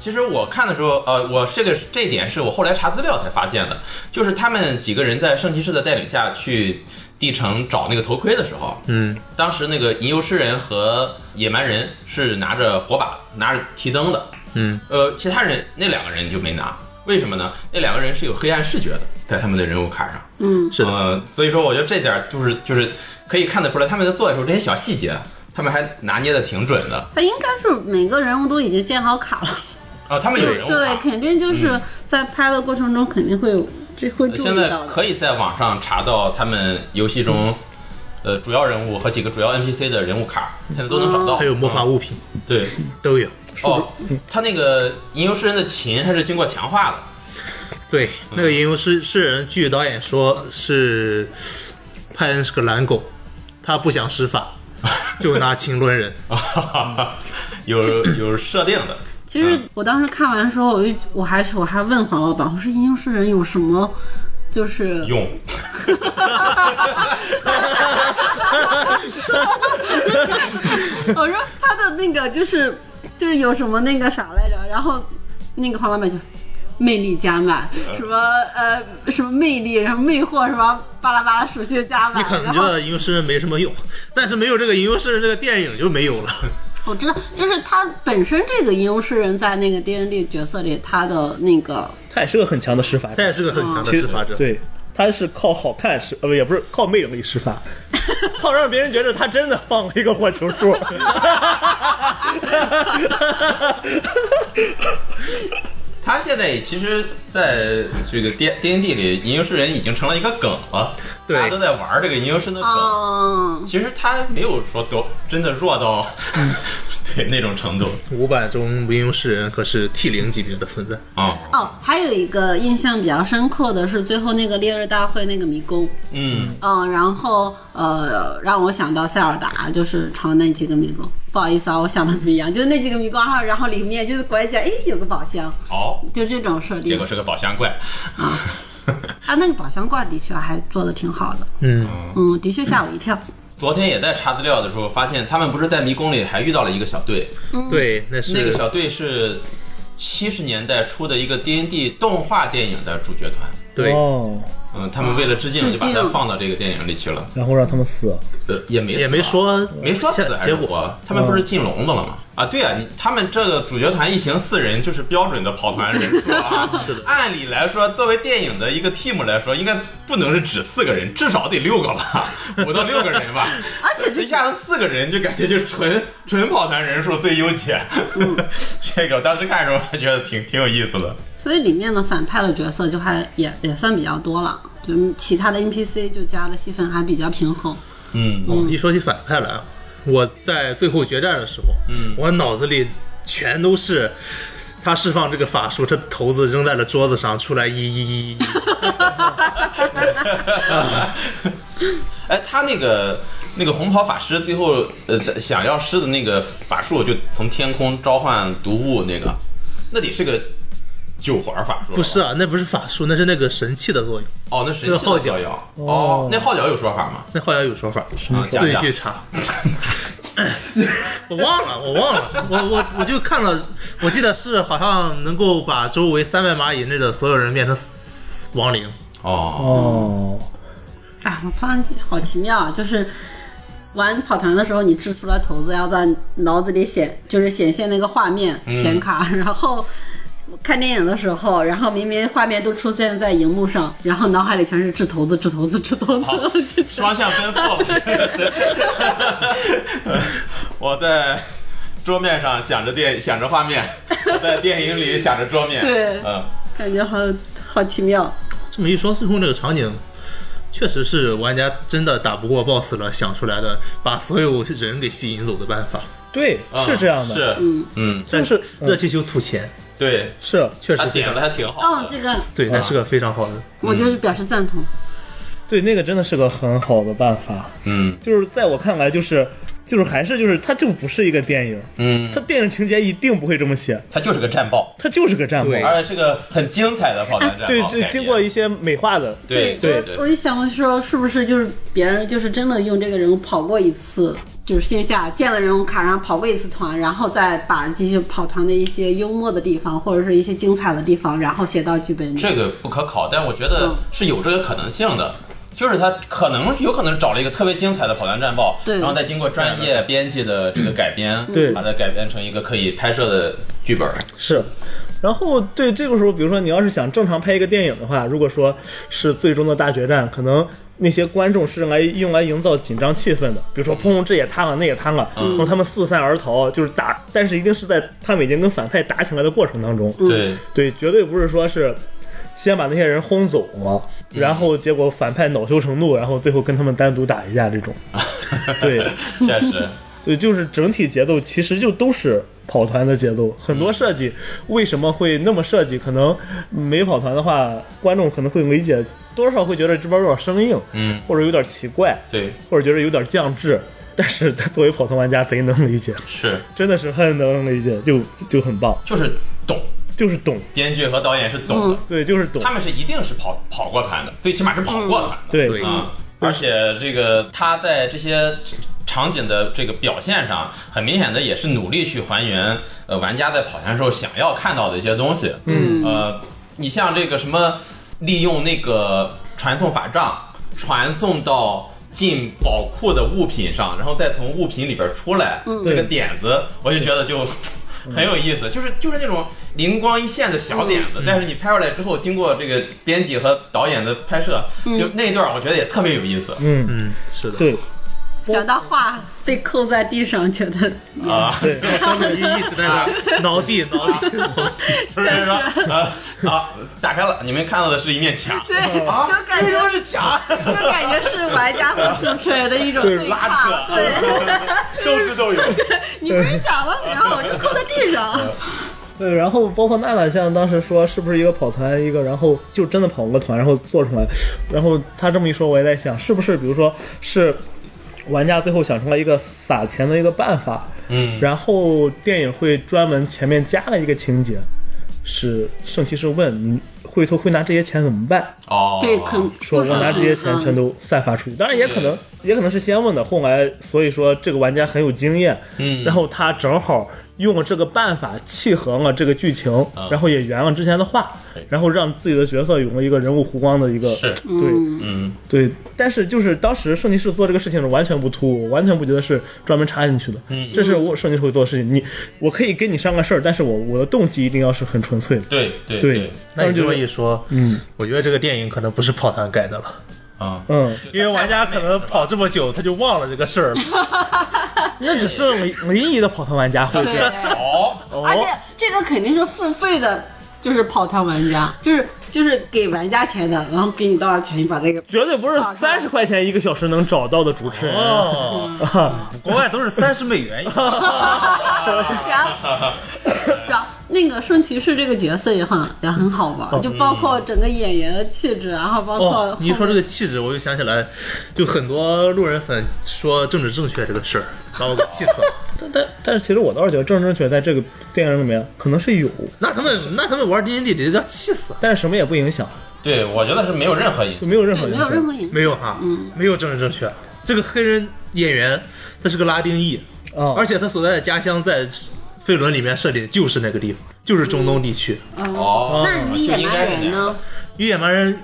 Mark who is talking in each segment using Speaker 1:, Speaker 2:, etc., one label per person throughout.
Speaker 1: 其实我看的时候，呃，我这个这一点是我后来查资料才发现的，就是他们几个人在圣骑士的带领下去地城找那个头盔的时候，
Speaker 2: 嗯，
Speaker 1: 当时那个吟游诗人和野蛮人是拿着火把、拿着提灯的，
Speaker 2: 嗯，
Speaker 1: 呃，其他人那两个人就没拿，为什么呢？那两个人是有黑暗视觉的，在他们的人物卡上，
Speaker 3: 嗯，
Speaker 2: 是的，
Speaker 1: 呃，所以说我觉得这点就是就是可以看得出来，他们在做的时候这些小细节，他们还拿捏的挺准的。
Speaker 3: 他应该是每个人物都已经建好卡了，
Speaker 1: 啊，他们有人物
Speaker 3: 就对，
Speaker 1: 卡。嗯
Speaker 3: 肯定就是在拍的过程中肯定会有这会注
Speaker 1: 现
Speaker 3: 意
Speaker 1: 在
Speaker 3: 到的。嗯
Speaker 1: 可以在网上查到他们游戏中，呃，主要人物和几个主要 NPC 的人物卡，现在都能
Speaker 3: 哦
Speaker 1: 找到。
Speaker 2: 还有魔法
Speaker 1: 嗯
Speaker 2: 物品
Speaker 1: 对，
Speaker 2: 都有。
Speaker 1: 哦，
Speaker 3: 嗯
Speaker 1: 他那个吟游诗人的琴还是经过强化的。
Speaker 2: 对，那个吟游诗诗人，据导演说是派恩是个懒狗，他不想施法，就拿琴 抡人。
Speaker 1: 啊 有有设定的，
Speaker 3: 其实
Speaker 1: 嗯
Speaker 3: 我当时看完的时候，我就我还我还问黄老板，我说吟游诗人有什么就是
Speaker 1: 用
Speaker 3: 我说他的那个就是就是有什么那个啥来着，然后那个黄老板就魅力加满，
Speaker 1: 嗯
Speaker 3: 什么呃什么魅力，然后魅惑什么巴拉巴拉属性加
Speaker 2: 你
Speaker 3: 满
Speaker 2: 可，能
Speaker 3: 然
Speaker 2: 觉
Speaker 3: 后
Speaker 2: 得吟游诗人没什么用，但是没有这个吟游诗人这个电影就没有了。
Speaker 3: 我知道就是他本身这个吟游诗人在那个 D N D 角色里他的那个
Speaker 4: 他也是个很强的施法
Speaker 2: 他
Speaker 4: 者，
Speaker 2: 也是个很
Speaker 4: 嗯
Speaker 2: 强的施法者。，
Speaker 4: 对，他是靠好看施，呃，不也不是靠魅力施法， 靠让别人觉得他真的放了一个火球 术。
Speaker 1: 他现在其实在这个 D D N D 里，吟游诗人已经成了一个梗了，
Speaker 2: 对
Speaker 1: 大家都在玩这个吟游诗人的梗。
Speaker 3: 嗯
Speaker 1: 其实他没有说多真的弱到 对那种程度
Speaker 2: 五版中吟游诗人可是 T 零级别的存在。
Speaker 1: 啊，
Speaker 3: 哦，还有一个印象比较深刻的是最后那个烈日大会那个迷宫，
Speaker 1: 嗯，
Speaker 3: 嗯，然后呃，让我想到塞尔达，就是朝那几个迷宫。不好意思啊，我想的不一样，就是那几个迷宫，然后然后里面就是拐角，哎，有个宝箱，
Speaker 1: 好，
Speaker 3: 就这种设
Speaker 1: 结
Speaker 3: 定
Speaker 1: 果。是个宝箱怪，
Speaker 3: 啊，那个宝箱罐的确还做的挺好的，
Speaker 2: 嗯，
Speaker 3: 嗯，的确吓我一跳。
Speaker 1: 昨天也在查资料的时候，发现他们不是在迷宫里还遇到了一个小队，
Speaker 2: 对，那是
Speaker 1: 那个小队是七十年代初的一个 D N D 动画电影的主角团。
Speaker 2: 对，
Speaker 4: 哦，
Speaker 1: 嗯，他
Speaker 2: 啊
Speaker 1: 们为了致敬，
Speaker 3: 致
Speaker 1: 就
Speaker 3: 敬
Speaker 1: 把它放到这个电影里去了。
Speaker 4: 然后让他们死。
Speaker 1: 呃，也没死啊
Speaker 2: 也没说
Speaker 1: 没说死
Speaker 2: 下
Speaker 1: 还
Speaker 2: 结
Speaker 1: 是
Speaker 2: 果嗯
Speaker 1: 活，他们不是进笼子了吗？啊，对啊，你他们这个主角团一行四人就是标准的跑团 人数啊。按理来说，作为电影的一个 team 来说，应该不能是只四个人，至少得六个吧，五到六个人吧。
Speaker 3: 而且这
Speaker 1: 一下子四个人就感觉就是纯纯跑团人数最优解。
Speaker 3: 嗯
Speaker 1: 这个我当时看的时候还觉得挺挺有意思的。
Speaker 3: 所以里面的反派的角色就还也也算比较多了，就其他的 NPC 就加的戏份还比较平衡。
Speaker 1: 嗯，
Speaker 2: 哦，一说起反派来啊，我在最后决战的时候，
Speaker 1: 嗯
Speaker 2: 我脑子里全都是他释放这个法术，他骰子扔在了桌子上，出来一一一一一，
Speaker 1: 哎，他那个那个红袍法师最后呃想要施的那个法术，就从天空召唤毒雾那个，那得是个九环法术。
Speaker 2: 不是？啊，那不是法术，那是那个神器的作用。
Speaker 1: 哦，那神奇的
Speaker 2: 那个号角
Speaker 1: 摇。哦，那号角有说法吗？
Speaker 2: 那后来有说法，
Speaker 1: 么说法
Speaker 2: 自己去查。 我忘了，我忘了，我我我就看了，我记得是好像能够把周围三百码以内的所有人变成死亡灵。
Speaker 1: 哦，
Speaker 2: 嗯
Speaker 4: 哦，
Speaker 3: 啊，我突然好奇妙啊，就是玩跑团的时候，你掷出了骰子，要在脑子里显，就是显现那个画面显卡， 然后。看电影的时候，然后明明画面都出现在荧幕上，然后脑海里全是掷骰子、掷骰子、掷骰子，就这
Speaker 1: 双
Speaker 3: 样
Speaker 1: 向奔赴，真的是。 我在桌面上想着电，想着画面；我在电影里想着桌面。
Speaker 3: 对
Speaker 1: 嗯，
Speaker 3: 感觉好好奇妙。
Speaker 2: 这么一说，最后那个场景确实是玩家真的打不过 BOSS 了想出来的，把所有人给吸引走的办法。
Speaker 4: 对，
Speaker 2: 啊
Speaker 1: 嗯
Speaker 4: 是这样的，
Speaker 1: 是，嗯，
Speaker 4: 但是
Speaker 2: 热气球吐钱，
Speaker 1: 对，
Speaker 4: 是
Speaker 2: 确
Speaker 1: 他
Speaker 2: 实非
Speaker 1: 点
Speaker 2: 常
Speaker 1: 的还挺好
Speaker 3: 哦
Speaker 1: 的。，
Speaker 3: 这个
Speaker 2: 对，那是个非常好的。
Speaker 3: 我就是表示赞同。
Speaker 4: 对那个真的是个很好的办法，
Speaker 1: 嗯
Speaker 4: 就是在我看来就是。就是还是就是，它就不是一个电影，
Speaker 1: 嗯，
Speaker 4: 它电影情节一定不会这么写，
Speaker 1: 他就是个战报。
Speaker 4: 它就是个战报。
Speaker 2: 对
Speaker 1: 而且是个很精彩的跑团战。
Speaker 4: 对
Speaker 1: 好，
Speaker 4: 这
Speaker 1: 改编
Speaker 4: 经过一些美化的，
Speaker 1: 对
Speaker 3: 我我就想说，是不是就是别人就是真的用这个人物跑过一次，就是线下见了人物卡，然后跑过一次团，然后再把这些跑团的一些幽默的地方或者是一些精彩的地方，然后写到剧本里。
Speaker 1: 这个不可考，但我觉得
Speaker 3: 嗯
Speaker 1: 是有这个可能性的。就是他可能有可能找了一个特别精彩的跑团战报，
Speaker 3: 对嗯
Speaker 1: 然后再经过专业编辑的这个改编，
Speaker 4: 对
Speaker 1: 把它改编成一个可以拍摄的剧本。
Speaker 4: 是。然后对这个时候，比如说你要是想正常拍一个电影的话，如果说是最终的大决战，可能那些观众是来用来营造紧张气氛的，比如说砰，这也瘫了，那也瘫了，然后他们四散而逃，就是打，但是一定是在他们已经跟反派打起来的过程当中，
Speaker 1: 对，
Speaker 4: 对，绝对不是说是先把那些人轰走了，然后结果反派恼羞成怒，然后最后跟他们单独打一架这种。对，
Speaker 1: 确实，
Speaker 4: 对，就是整体节奏其实就都是跑团的节奏。很多设计为什么会那么设计？可能没跑团的话，观众可能会理解，多少会觉得这边有点生硬，
Speaker 1: 嗯，
Speaker 4: 或者有点奇怪，
Speaker 1: 对，
Speaker 4: 或者觉得有点降智。但是他作为跑团玩家，贼能理解，
Speaker 1: 是，
Speaker 4: 真的是很能理解，就就就很棒，
Speaker 1: 就是懂，
Speaker 4: 就是懂，
Speaker 1: 编剧和导演是懂
Speaker 3: 嗯
Speaker 1: 的，
Speaker 4: 对，就是懂
Speaker 1: 他，们是一定是跑跑过团的，最起码是跑过团的。
Speaker 4: 对，
Speaker 2: 对
Speaker 1: 啊，而且这个他在这些场景的这个表现上，很明显的也是努力去还原呃玩家在跑团时候想要看到的一些东西。嗯，呃，你像这个什么利用那个传送法杖传送到。进宝库的物品上，然后再从物品里边出来，这个
Speaker 4: 对嗯
Speaker 1: 点子，我就觉得就很有意思，就是就是那种灵光一现的小点
Speaker 4: 嗯
Speaker 1: 子，但是你拍出来之后，经过这个编辑和导演的拍摄，就那一段我觉得也特别有意思
Speaker 4: 嗯，
Speaker 2: 嗯，是的，
Speaker 4: 对，
Speaker 3: 想到画被扣在地上，觉得
Speaker 1: 啊。
Speaker 4: 嗯对，
Speaker 2: 张鲁一一直在那挠地挠地，
Speaker 1: 就是说，啊啊，打开了，你们看到的是一面墙，
Speaker 3: 对，
Speaker 1: 啊
Speaker 3: 就，感
Speaker 1: 为什么
Speaker 3: 觉
Speaker 1: 是墙？
Speaker 3: 就感觉是玩家和主持人的一种对
Speaker 1: 拉
Speaker 3: 话。
Speaker 1: 扯，
Speaker 3: 对，
Speaker 1: 斗智 斗勇，
Speaker 3: 你分享了，然后我就扣在地上。
Speaker 4: 对，然后包括娜娜，像当时说是不是一个跑团一个，然后就真的跑个团，然后做出来，然后他这么一说，我也在想，是不是比如说是玩家最后想出来一个撒钱的一个办法，
Speaker 1: 嗯，
Speaker 4: 然后电影会专门前面加了一个情节，是圣骑士问你回头会拿这些钱怎么办，
Speaker 1: 哦，
Speaker 3: 对，肯
Speaker 4: 说我拿这些
Speaker 3: 嗯
Speaker 4: 钱全都散发出去，当然也可能也可能是先问的，后来所以说这个玩家很有经验，
Speaker 1: 嗯
Speaker 4: 然后他正好用了这个办法契合了这个剧情，
Speaker 1: 嗯
Speaker 4: 然后也圆了之前的话
Speaker 1: 对，
Speaker 4: 然后让自己的角色有了一个人物弧光的一个
Speaker 1: 是，
Speaker 4: 对
Speaker 1: 嗯，
Speaker 4: 对。但是就是当时圣骑士做这个事情是完全不突兀，我完全不觉得是专门插进去的。
Speaker 1: 嗯
Speaker 4: 这是我圣骑士会做的事情。你我可以跟你商量事儿，但是我我的动机一定要是很纯粹的。
Speaker 1: 对对
Speaker 4: 对，
Speaker 2: 那你这么
Speaker 4: 当时
Speaker 2: 一
Speaker 4: 就
Speaker 2: 说，
Speaker 4: 嗯
Speaker 2: 我觉得这个电影可能不是跑团改的了，
Speaker 1: 啊，
Speaker 4: 嗯，
Speaker 2: 因为玩家可能跑这么久，他就忘了这个事儿了。
Speaker 4: 那只是唯唯一的跑团玩家会这
Speaker 3: 对
Speaker 4: 样。，
Speaker 1: 哦，
Speaker 3: 而且这个肯定是付费的，就是跑团玩 家，就是就是给玩家钱的，然后给你多少钱，你把 这个
Speaker 4: 绝对不是
Speaker 3: 好看
Speaker 4: 三十块钱一个小时能找到的主持人。
Speaker 2: 哦，国外都是三十美元一 个，
Speaker 3: 然后，然后那个圣骑士这个角色也很也很好玩，就包括整个演员的气质，然后包括后
Speaker 2: 哦
Speaker 3: 面、，
Speaker 2: 你一说这个气质，我就想起来，就很多路人粉说政治正确这个事儿，把我给气死了。
Speaker 4: 但但但是其实我倒是觉得《政治正确》在这个电影里面可能是有，
Speaker 2: 那他们那他们玩 D N D 得要气死，啊
Speaker 4: 但是什么也不影响，
Speaker 1: 对，我觉得是没有任何影
Speaker 4: 就
Speaker 1: 响，
Speaker 4: 没有任何
Speaker 3: 对
Speaker 4: 影
Speaker 3: 没有
Speaker 4: 响。
Speaker 3: 任何影响，
Speaker 2: 没有哈，
Speaker 3: 嗯
Speaker 2: 没有政治正确。这个黑人演员他是个拉丁裔，
Speaker 4: 啊，
Speaker 2: 而且他所在的家乡在飞轮里面设定就是那个地方，就是中东地区。
Speaker 1: 哦，
Speaker 3: 那你野蛮人呢？
Speaker 2: 与野蛮人、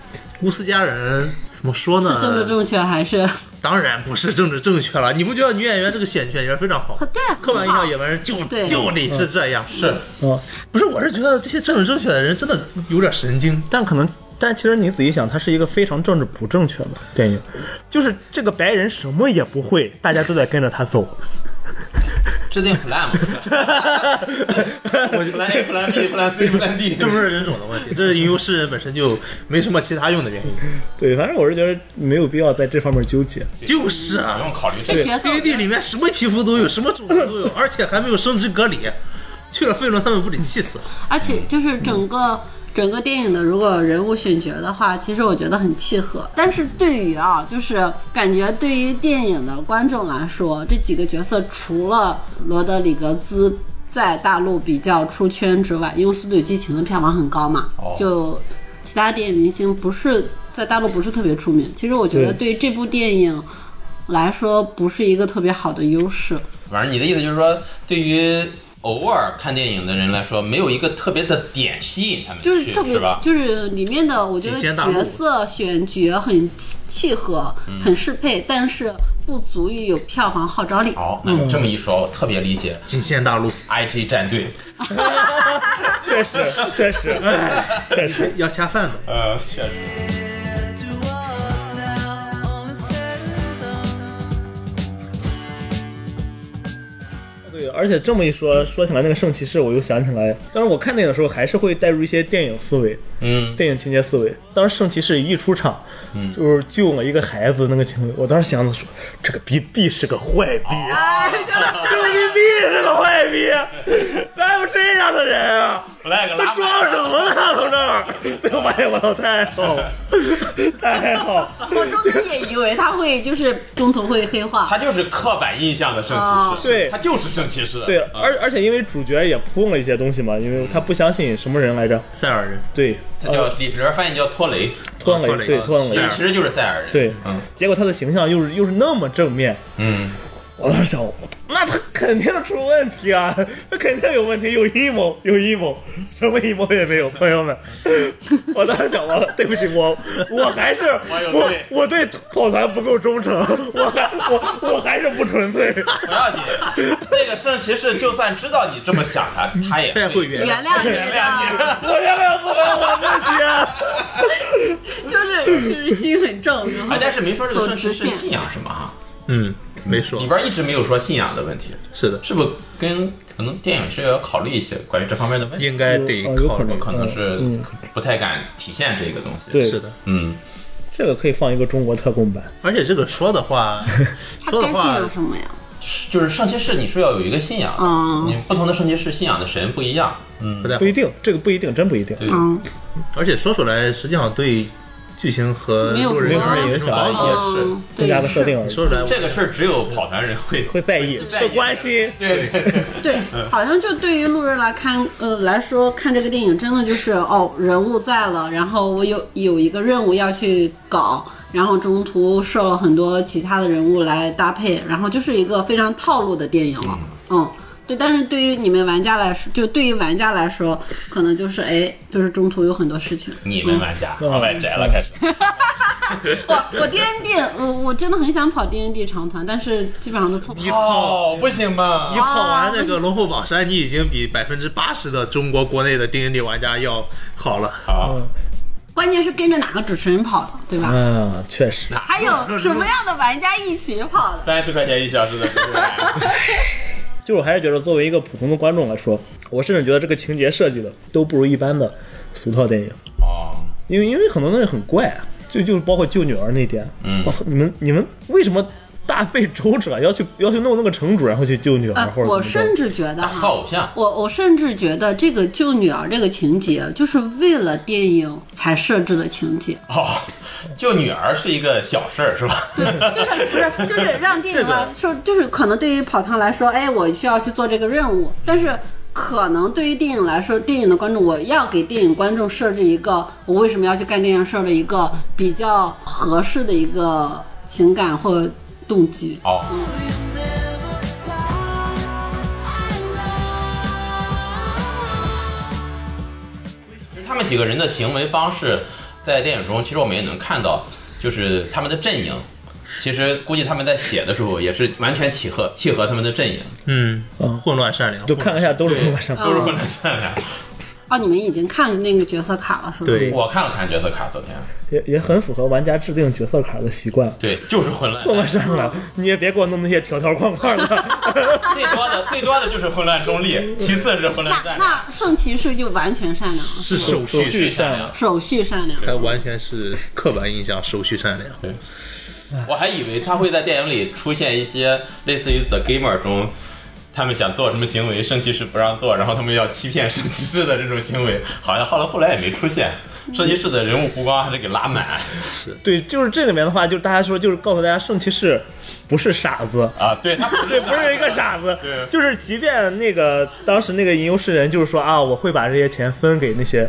Speaker 2: 乌斯加人怎么说
Speaker 3: 是
Speaker 2: 呢？
Speaker 3: 政治正确还是？
Speaker 2: 当然不是政治正确了。你不觉得女演员这个选选角非常好？
Speaker 3: 对啊
Speaker 2: 刻板印
Speaker 3: 很
Speaker 2: 象
Speaker 3: 好
Speaker 2: 野蛮人就
Speaker 3: 对
Speaker 2: 就得是这样。
Speaker 1: 是，
Speaker 4: 啊，
Speaker 2: 不是？我是觉得这些政治正确的人真的有点神经。
Speaker 4: 但可能，但其实你仔细想，它是一个非常政治不正确的电影，就是这个白人什么也不会，大家都在跟着他走。
Speaker 1: 制定 plan 嘛 ，plan A plan B plan C plan D，
Speaker 2: 这不是人种的问题，这是因为世人本身就没什么其他用的原因。
Speaker 4: 对，反正我是觉得没有必要在这方面纠结。
Speaker 2: 就是
Speaker 1: 不
Speaker 2: 啊
Speaker 1: 用考虑这
Speaker 3: 这
Speaker 1: 个。
Speaker 3: 角色
Speaker 2: ，D N D 里面什么皮肤都有，什么种族都有，而且还没有生殖隔离。去了费伦，他们不得气死？
Speaker 3: 而且就是整个整个电影的，如果人物选角的话，其实我觉得很契合。但是对于啊，就是感觉对于电影的观众来说，这几个角色除了罗德里格兹在大陆比较出圈之外，因为《速度与激情》的票房很高嘛，
Speaker 1: 哦
Speaker 3: 就其他电影明星不是在大陆不是特别出名。其实我觉得对于这部电影。来说不是一个特别好的优势。
Speaker 1: 反正你的意思就是说，对于偶尔看电影的人来说，没有一个特别的点吸引他们去，
Speaker 3: 就是特别
Speaker 1: 吧？
Speaker 3: 就是里面的我觉得
Speaker 2: 极限大陆
Speaker 3: 角色选角很契合，
Speaker 1: 嗯
Speaker 3: 很适配，但是不足以有票房号召力。
Speaker 1: 好，那
Speaker 4: 嗯
Speaker 1: 你这么一说，我特别理解
Speaker 2: 仅限大陆，
Speaker 1: IG 战队。
Speaker 4: 确 实确实，哎确实。
Speaker 2: 要恰饭的。
Speaker 1: 呃，确实。
Speaker 5: To us now, all is said and done.
Speaker 4: 对，而且这么一说，说起来那个圣骑士，我又想起来，当时我看电影的时候，还是会带入一些电影思维、
Speaker 1: 嗯，
Speaker 4: 电影情节思维。当时圣骑士一出场，
Speaker 2: 嗯
Speaker 4: 就是救了一个孩子那个情节，我当时想的说，这个逼必是个坏逼，
Speaker 3: 哎，真的
Speaker 4: 这个逼必是个坏逼，哪有这样的人啊？
Speaker 1: flag
Speaker 4: 他
Speaker 1: 拉
Speaker 4: 装什么呢？从这儿，最后发现我操，太好了，太好了。
Speaker 3: 我中途也以为他会就是中途会黑化，
Speaker 1: 他就是刻板印象的圣骑
Speaker 3: 哦
Speaker 1: 士，
Speaker 4: 对
Speaker 1: 他就是圣骑士。
Speaker 4: 对，
Speaker 1: 嗯
Speaker 4: 而而且因为主角也扑了一些东西嘛，因为他不相信什么人来着？
Speaker 2: 塞尔人，
Speaker 4: 对，
Speaker 1: 他叫里边翻译叫托雷，
Speaker 4: 托恩
Speaker 2: 托
Speaker 4: 雷，
Speaker 2: 雷
Speaker 4: 对，
Speaker 2: 嗯啊
Speaker 4: 呃托恩
Speaker 1: 其
Speaker 4: 雷
Speaker 1: 实，其实就是塞尔人。
Speaker 4: 对
Speaker 1: 嗯
Speaker 4: 结果他的形象又是又是那么正面，
Speaker 1: 嗯，
Speaker 4: 我当时想，那他肯定出问题啊，他肯定有问题，有阴谋，有阴谋，什么阴谋也没有，朋友们，我当时想，我对不起，我我还是
Speaker 1: 我有
Speaker 4: 我
Speaker 1: 罪
Speaker 4: 我对跑团不够忠诚，我还我我还是不纯粹，
Speaker 1: 不要 紧，那个圣骑士就算知道你这么想他，嗯他也
Speaker 2: 他也会
Speaker 1: 原
Speaker 2: 原谅。
Speaker 3: 原谅你
Speaker 1: 谅
Speaker 3: 的，
Speaker 1: 你。
Speaker 4: 我原谅不了我自己啊。
Speaker 3: 就是就是心很正，然 后
Speaker 1: 哎，但是没说这个
Speaker 3: 走
Speaker 1: 圣骑
Speaker 3: 直
Speaker 1: 士
Speaker 3: 线
Speaker 1: 信仰什么哈，
Speaker 2: 嗯，没说
Speaker 1: 里。边一直没有说信仰的问题，
Speaker 2: 是的，
Speaker 1: 是不是跟可能电影是要考虑一些关于这方面的问题？
Speaker 2: 应该得
Speaker 4: 有有
Speaker 2: 考
Speaker 4: 可
Speaker 2: 虑
Speaker 4: 能。
Speaker 1: 可能是
Speaker 4: 嗯
Speaker 1: 不太敢体现这个东西。，
Speaker 4: 对，
Speaker 2: 是的，
Speaker 1: 嗯，
Speaker 4: 这个可以放一个中国特供版，
Speaker 2: 而且这个说的话，
Speaker 3: 他
Speaker 2: 说的
Speaker 3: 该信
Speaker 2: 话
Speaker 3: 有什么呀？
Speaker 1: 就是圣骑士，你说要有一个信仰，
Speaker 3: 嗯
Speaker 1: 你不同的圣骑士信仰的神不一样，嗯，
Speaker 2: 不太好
Speaker 4: 不。一定，这个不一定，真不一定。
Speaker 1: 对，
Speaker 3: 嗯，
Speaker 2: 而且说出来，实际上对剧情和
Speaker 3: 没有
Speaker 2: 路
Speaker 3: 什
Speaker 2: 人
Speaker 3: 么
Speaker 2: 没
Speaker 4: 影
Speaker 2: 什
Speaker 4: 响
Speaker 2: 么
Speaker 1: 啊
Speaker 2: 影响。
Speaker 1: 也是
Speaker 3: 嗯，
Speaker 4: 更加的
Speaker 3: 对
Speaker 4: 设定而已，
Speaker 2: 说出来，
Speaker 1: 这个事儿只有跑团人会
Speaker 4: 会在意，
Speaker 1: 在意
Speaker 4: 会关心。
Speaker 1: 对对对，
Speaker 3: 对，好像就对于路人来看，呃来说，看这个电影真的就是哦，人物在了，然后我有有一个任务要去搞，然后中途设了很多其他的人物来搭配，然后就是一个非常套路的电影了。嗯，对。但是对于你们玩家来说，就对于玩家来说，可能就是哎，就是中途有很多事情。
Speaker 1: 你们玩家往外宅了，开始。
Speaker 3: 我我 D N D，我我真的很想跑 D N D 长团，但是基本上都凑不上。
Speaker 1: 哦，不行吧
Speaker 2: 你？跑完那个龙后宝山，你已经比百分之八十的中国国内的 D N D 玩家要好了。
Speaker 1: 好，
Speaker 3: 关键是跟着哪个主持人跑的，对吧？
Speaker 4: 啊，确实，
Speaker 3: 还有什么样的玩家一起跑的？
Speaker 1: 三十块钱一小时的服务费
Speaker 4: 就是我还是觉得作为一个普通的观众来说，我甚至觉得这个情节设计的都不如一般的俗套电影，
Speaker 1: 哦，
Speaker 4: 因为因为很多东西很怪、啊，就就是包括救女儿那点，
Speaker 1: 嗯
Speaker 4: 我操，你们你们为什么大费周折要去要去弄那个城主，然后去救女儿
Speaker 3: 呃，
Speaker 4: 或者
Speaker 3: 我
Speaker 4: 怎么啊
Speaker 3: 甚
Speaker 4: 着？
Speaker 3: 至觉得
Speaker 1: 靠
Speaker 3: 哈
Speaker 1: 偶，像，
Speaker 3: 我我甚至觉得这个救女儿这个情节，啊就是为了电影才设置的情节，
Speaker 1: 哦，救女儿是一个小事儿是吧？
Speaker 3: 对，就是 不是就是让电影啊来说，就是可能对于跑堂来说，哎，我需要去做这个任务，但是。可能对于电影来说，电影的观众，我要给电影观众设置一个我为什么要去干这件事儿的一个比较合适的一个情感或动机。
Speaker 1: 哦，
Speaker 5: We'll never fly. I love.
Speaker 1: 就是他们几个人的行为方式，在电影中其实我们也能看到，就是他们的阵营。其实估计他们在写的时候也是完全契合契合他们的阵营，
Speaker 2: 嗯
Speaker 4: 嗯，
Speaker 2: 混乱善良，
Speaker 4: 就看了一下都是
Speaker 1: 嗯
Speaker 4: 从
Speaker 3: 啊
Speaker 4: 晚上，
Speaker 1: 都是混乱善良。
Speaker 3: 哦，你们已经看那个角色卡了是吗？
Speaker 2: 对
Speaker 1: 我看了看角色卡，昨天
Speaker 4: 也也很符合玩家制定角色卡的习惯。
Speaker 1: 对，就是混乱。
Speaker 4: 混乱上了，
Speaker 1: 嗯
Speaker 4: 你也别给我弄那些条条框框 的。
Speaker 1: 最多的最多的就是混乱中立，其次是混乱
Speaker 3: 那
Speaker 1: 战略。
Speaker 3: 那圣骑士就完全善良了，
Speaker 2: 是手
Speaker 4: 手
Speaker 2: 续，
Speaker 4: 续
Speaker 1: 善
Speaker 4: 善
Speaker 1: 良
Speaker 4: 良。
Speaker 3: 手续善良。
Speaker 2: 他完全是刻板印象，手续善良。
Speaker 1: 对，我还以为他会在电影里出现一些类似于《The Gamer》中，他们想做什么行为，圣骑士不让做，然后他们要欺骗圣骑士的这种行为，好像后来后来也没出现。圣骑士的人物弧光还是给拉满
Speaker 4: 对，就是这里面的话，就是大家说，就是告诉大家，圣骑士不是傻子，
Speaker 1: 啊，对他不是
Speaker 4: 不是一个傻子，
Speaker 1: 对
Speaker 4: 就是即便那个当时那个吟游诗人就是说啊，我会把这些钱分给那些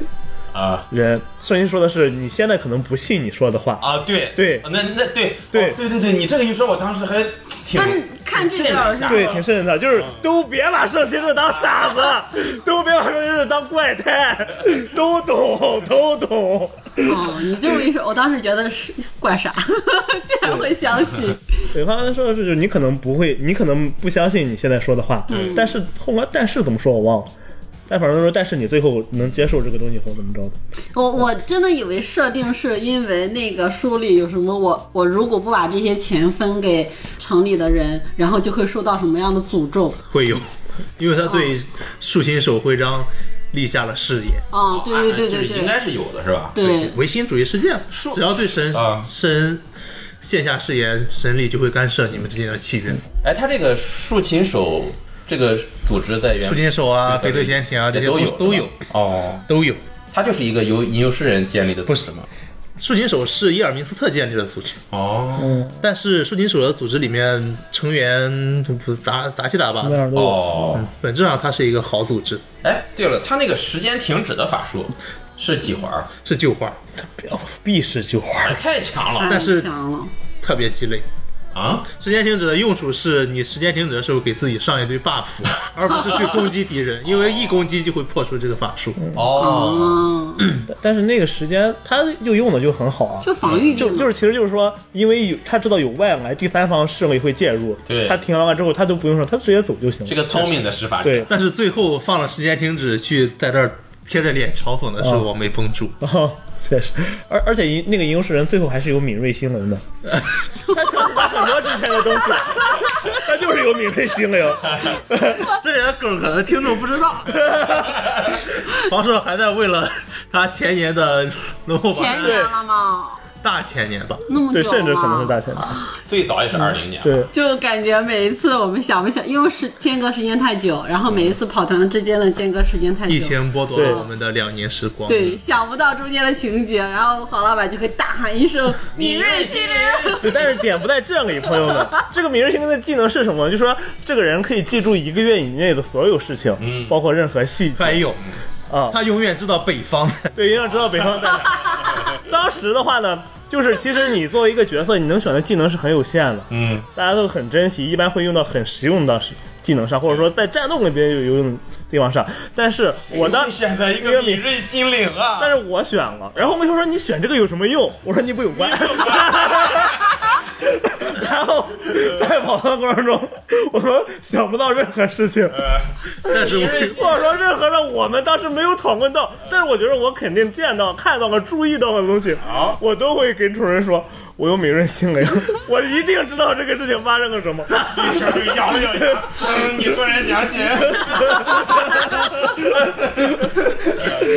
Speaker 1: 啊
Speaker 4: 人。圣经说的是你现在可能不信你说的话，
Speaker 1: 啊，对
Speaker 4: 对
Speaker 1: 那那对
Speaker 4: 对
Speaker 1: 哦对对对，你这个一说，我当时还挺啊
Speaker 3: 但看这
Speaker 1: 挺震
Speaker 3: 段
Speaker 1: 了
Speaker 3: 儿
Speaker 1: 一下
Speaker 3: 是
Speaker 4: 对，挺瘆人的，就是都别把圣骑士当傻子，都别把圣骑士当怪胎，都懂都懂。
Speaker 3: 哦，你这么一说，我当时觉得是怪 啥，竟然会相信。
Speaker 4: 对，刚才说的是，就是你可能不会，你可能不相信你现在说的话，
Speaker 1: 嗯
Speaker 4: 但是后面但是怎么说我忘了，但反正说但是你最后能接受这个东西或怎么着的。
Speaker 3: 我我真的以为设定是因为那个书里有什么我我如果不把这些钱分给城里的人，然后就会受到什么样的诅咒
Speaker 2: 会有，因为他对竖琴手徽章立下了誓言，
Speaker 3: 啊、
Speaker 4: 哦
Speaker 3: 对
Speaker 4: 哎
Speaker 3: 对对
Speaker 1: 就是
Speaker 3: 对
Speaker 1: 应
Speaker 3: 对
Speaker 1: 该是有的是吧？
Speaker 3: 对，
Speaker 2: 唯心主义世界嘛
Speaker 1: 说，
Speaker 2: 只要对神
Speaker 1: 啊
Speaker 2: 神线下誓言，神力就会干涉你们之间的契约。
Speaker 1: 哎，他这个竖琴手这个组织在原
Speaker 4: 嗯
Speaker 2: 竖琴手啊，翡翠潜艇啊，这些
Speaker 1: 都
Speaker 2: 都
Speaker 1: 有
Speaker 2: 都
Speaker 1: 是
Speaker 2: 有
Speaker 1: 吧哦，
Speaker 2: 都有。
Speaker 1: 他就是一个由吟游诗人建立的组织嘛。
Speaker 2: 竖琴手是伊尔明斯特建立的组织，
Speaker 1: 哦
Speaker 4: 嗯
Speaker 2: 但是竖琴手的组织里面成员不杂杂七杂八
Speaker 4: 那
Speaker 2: 的，
Speaker 4: 样都有。
Speaker 1: 哦，
Speaker 2: 本质上它是一个好组织，
Speaker 1: 哎，对了，他那个时间停止的法术是几环儿？
Speaker 2: 是旧花，
Speaker 4: 哦必是救花
Speaker 1: 哎，太强了
Speaker 3: 太
Speaker 2: 但是
Speaker 3: 强了。
Speaker 2: 特别鸡肋。
Speaker 1: 啊！
Speaker 2: 时间停止的用处是你时间停止的时候给自己上一堆 buff，而不是去攻击敌人，因为一攻击就会破除这个法术。
Speaker 1: 哦，
Speaker 3: 嗯，
Speaker 4: 但但是那个时间他就用的就很好啊，
Speaker 3: 就防御力
Speaker 4: 就
Speaker 3: 嘛
Speaker 4: 就是其实就是说，因为有他知道有外来第三方势力会介入，
Speaker 1: 对
Speaker 4: 他停完了之后他都不用说，他直接走就行了。
Speaker 1: 这个聪明的施法者
Speaker 4: 对，
Speaker 2: 但是最后放了时间停止去在这儿贴着脸嘲讽的时候，我没绷住。
Speaker 4: 哦，确实，而而且银那个银游士人最后还是有敏锐心 灵的，他想起来很多之前的东西，他就是有敏锐心 灵。
Speaker 2: 这里的梗可能听众不知道，王朔还在为了他前年的龙后法
Speaker 3: 前年了吗？
Speaker 2: 大前年吧，
Speaker 3: 那么久
Speaker 4: 对，
Speaker 3: 了
Speaker 4: 甚至可能是大前提。
Speaker 1: 最早也是二零年，
Speaker 4: 对，
Speaker 3: 就感觉每一次我们想不想，因为时间隔时间太久，然后每一次跑团之间的间隔时间太久，
Speaker 2: 疫情剥夺了我们的两年时光。
Speaker 3: 对，想不到中间的情节，然后黄老板就会大喊一声“敏锐心灵
Speaker 4: 对，但是点不在这里，朋友们。这个敏锐心灵的技能是什么呢？就说这个人可以记住一个月以内的所有事情，
Speaker 1: 嗯
Speaker 4: 包括任何细
Speaker 2: 还
Speaker 4: 节
Speaker 2: 有，
Speaker 4: 啊。
Speaker 2: 他永远知道北方的
Speaker 4: 对，一定要知道北方在哪。当时的话呢，就是其实你作为一个角色，你能选的技能是很有限的。
Speaker 1: 嗯，
Speaker 4: 大家都很珍惜，一般会用到很实用的技能上，或者说在战斗里边有用地方上。但是我当
Speaker 1: 会选择一个敏锐心灵啊，
Speaker 4: 但是我选了，然后我们就说你选这个有什么用？我说你不有关。 然后在跑的过程中，我们想不到任何事情，
Speaker 2: 但是我
Speaker 4: 或者说任何让我们当时没有讨论到，但是我觉得我肯定见到、看到了、注意到的东西，我都会跟主人说，我有敏锐心灵，我一定知道这个事情发生了什么。
Speaker 1: 一声就咬了咬牙，嗯，你突然想起，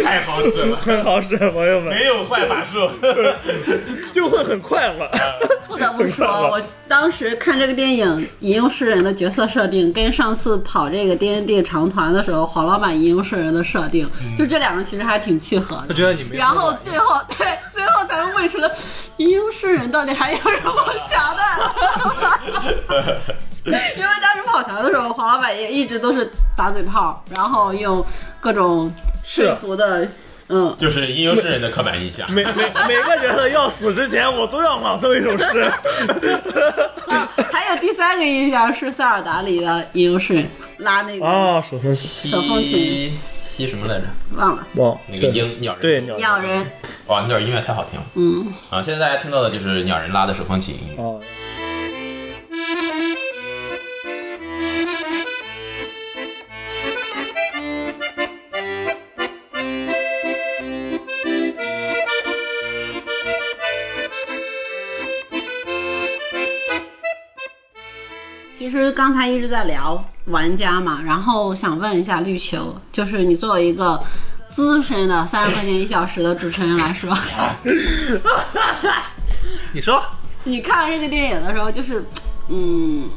Speaker 1: 太好使了，
Speaker 4: 很好使，朋友们，
Speaker 1: 没有坏法术，
Speaker 4: 就会很快乐。”。
Speaker 3: 不得不说，我当时看这个电影引用诗人的角色设定，跟上次跑这个 D N D 长团的时候，黄老板引用诗人的设定，就这两个其实还挺契合
Speaker 2: 他
Speaker 3: 的。
Speaker 2: 嗯觉得你没有
Speaker 3: 然后最后，对，最后咱们问出了吟游诗人到底还有什么强的？ 因为当时跑团的时候，黄老板也一直都是打嘴炮，然后用各种说服的，嗯，
Speaker 1: 就是吟游诗人的刻板印象。
Speaker 4: 每每每个角色要死之前，我都要朗诵一首诗。
Speaker 3: 啊，还有第三个印象是塞尔达里的吟游诗人拉那个、
Speaker 4: 啊，手风
Speaker 3: 手风
Speaker 1: 吸
Speaker 3: 琴
Speaker 1: 吸什么来着？
Speaker 3: 忘了
Speaker 4: 哇，
Speaker 1: 那个鹰鸟人
Speaker 4: 对鸟
Speaker 3: 鸟人，
Speaker 1: 哇，哦那段音乐太好听了。
Speaker 3: 嗯，
Speaker 1: 啊，现在大家听到的就是鸟人拉的手风琴。
Speaker 4: 哦，
Speaker 3: 其实刚才一直在聊玩家嘛，然后想问一下绿球，就是你作为一个资深的三十块钱一小时的主持人来说，
Speaker 2: 你说
Speaker 3: 你看这个电影的时候，就是，嗯，